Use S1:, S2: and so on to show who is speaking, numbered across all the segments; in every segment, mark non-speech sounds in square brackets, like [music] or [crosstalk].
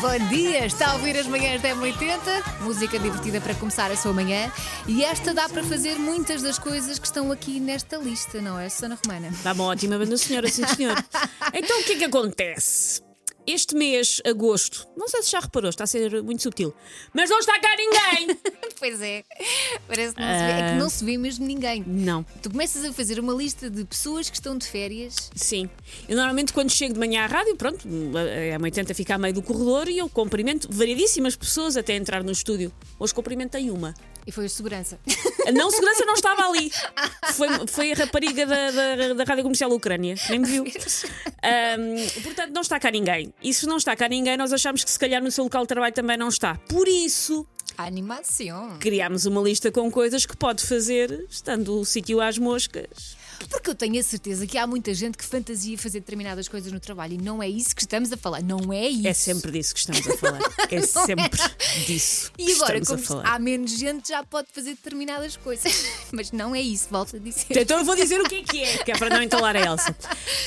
S1: Bom dia, está a ouvir as manhãs da M80? Música divertida para começar a sua manhã. E esta dá para fazer muitas das coisas que estão aqui nesta lista, não é, Susana Romana?
S2: Está uma Tá ótima banda senhora, sim senhor. Então o que é que acontece? Este mês, agosto, não sei se já reparou, está a ser muito subtil, mas não está cá ninguém!
S1: [laughs] Pois é, parece que não se vê. É que não se vê mesmo ninguém.
S2: Não.
S1: Tu começas a fazer uma lista de pessoas que estão de férias.
S2: Sim. Eu normalmente quando chego de manhã à rádio, pronto, a mãe tenta ficar a meio do corredor e eu cumprimento variedíssimas pessoas até entrar no estúdio. Hoje cumprimentei uma.
S1: E foi o [laughs] segurança.
S2: Não, segurança não estava ali. Foi, foi a rapariga da, da, da Rádio Comercial Ucrânia, nem me viu. Ahm, portanto, não está cá ninguém. E se não está cá ninguém, nós achamos que se calhar no seu local de trabalho também não está. Por isso,
S1: Animação.
S2: criámos uma lista com coisas que pode fazer estando o sítio às moscas.
S1: Porque eu tenho a certeza que há muita gente que fantasia fazer determinadas coisas no trabalho e não é isso que estamos a falar. Não é isso.
S2: É sempre disso que estamos a falar. É sempre disso que
S1: E agora,
S2: estamos
S1: como
S2: a
S1: se-
S2: falar.
S1: há menos gente, já pode fazer determinadas coisas. [laughs] Mas não é isso, volto a dizer.
S2: Então eu vou dizer o que é que é, que é para não entalar a Elsa.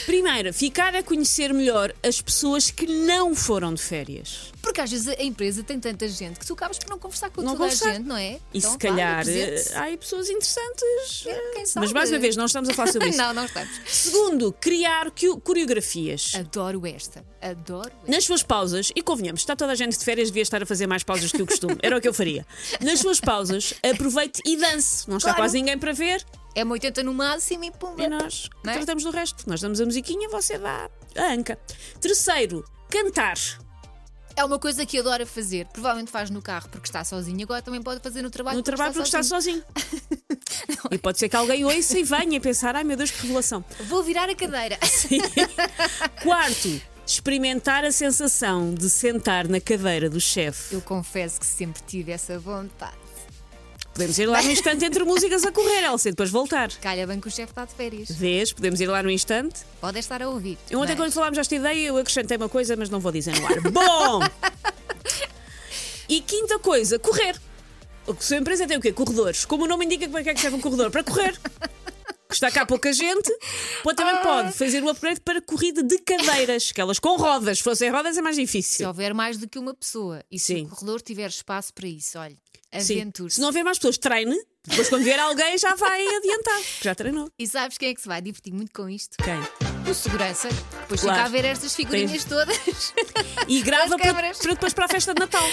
S2: Primeiro, ficar a conhecer melhor as pessoas que não foram de férias.
S1: Porque às vezes a empresa tem tanta gente que tu acabas por não conversar com
S2: Não
S1: toda
S2: conversar.
S1: a gente, não é?
S2: E
S1: Então,
S2: se
S1: vá,
S2: calhar
S1: apresente-se.
S2: eh, há aí pessoas interessantes. Eh,
S1: É, quem sabe?
S2: Mas mais uma vez, não estamos a falar
S1: [laughs]
S2: sobre isso.
S1: não, não estamos.
S2: Segundo, criar cu- coreografias.
S1: Adoro esta. Adoro esta.
S2: Nas suas pausas, e convenhamos, está toda a gente de férias, devia estar a fazer mais pausas que o costume. Era o que eu faria. Nas suas pausas, aproveite e dance. Não está
S1: Claro.
S2: quase ninguém para ver.
S1: É uma 80 no máximo e pumba.
S2: É nós que
S1: Não é?
S2: tratamos do resto. Nós damos a musiquinha, você dá a anca. Terceiro, cantar.
S1: É uma coisa que adora fazer. Provavelmente faz no carro porque está sozinho. Agora também pode fazer no trabalho
S2: No
S1: porque
S2: trabalho porque
S1: está
S2: está
S1: sozinho. é.
S2: sozinho.
S1: [laughs]
S2: E pode ser que alguém ouça e venha pensar: ai meu Deus, que revelação.
S1: Vou virar a cadeira. [laughs]
S2: Quarto, experimentar a sensação de sentar na cadeira do chefe.
S1: Eu confesso que sempre tive essa vontade.
S2: Podemos ir lá no instante entre músicas a correr, Elsa, e depois voltar.
S1: Calha bem que o chefe está de férias.
S2: Vês? Podemos ir lá no instante.
S1: Pode é estar a ouvir.
S2: Eu ontem,
S1: mas-
S2: quando falámos desta ideia, eu acrescentei uma coisa, mas não vou dizer no ar. Bom! E quinta coisa, correr. A sua empresa tem o quê? Corredores. Como o nome indica, para que é que serve um corredor? Para correr. Que Está cá pouca gente. Pode, também pode fazer um upgrade para corrida de cadeiras, aquelas com rodas. Se fossem rodas é mais
S1: Se
S2: difícil.
S1: houver mais do que uma pessoa e se
S2: Sim.
S1: o corredor tiver espaço para isso, olha,
S2: Sim.
S1: aventura.
S2: Se não houver mais pessoas, treine. Depois, quando vier alguém, já vai [laughs] adiantar. que Já treinou.
S1: E sabes quem é que se vai divertir muito com isto?
S2: Quem?
S1: O segurança. Depois
S2: Claro.
S1: fica a ver estas figurinhas todas.
S2: E grava para,
S1: câmaras.
S2: para depois para a festa de Natal.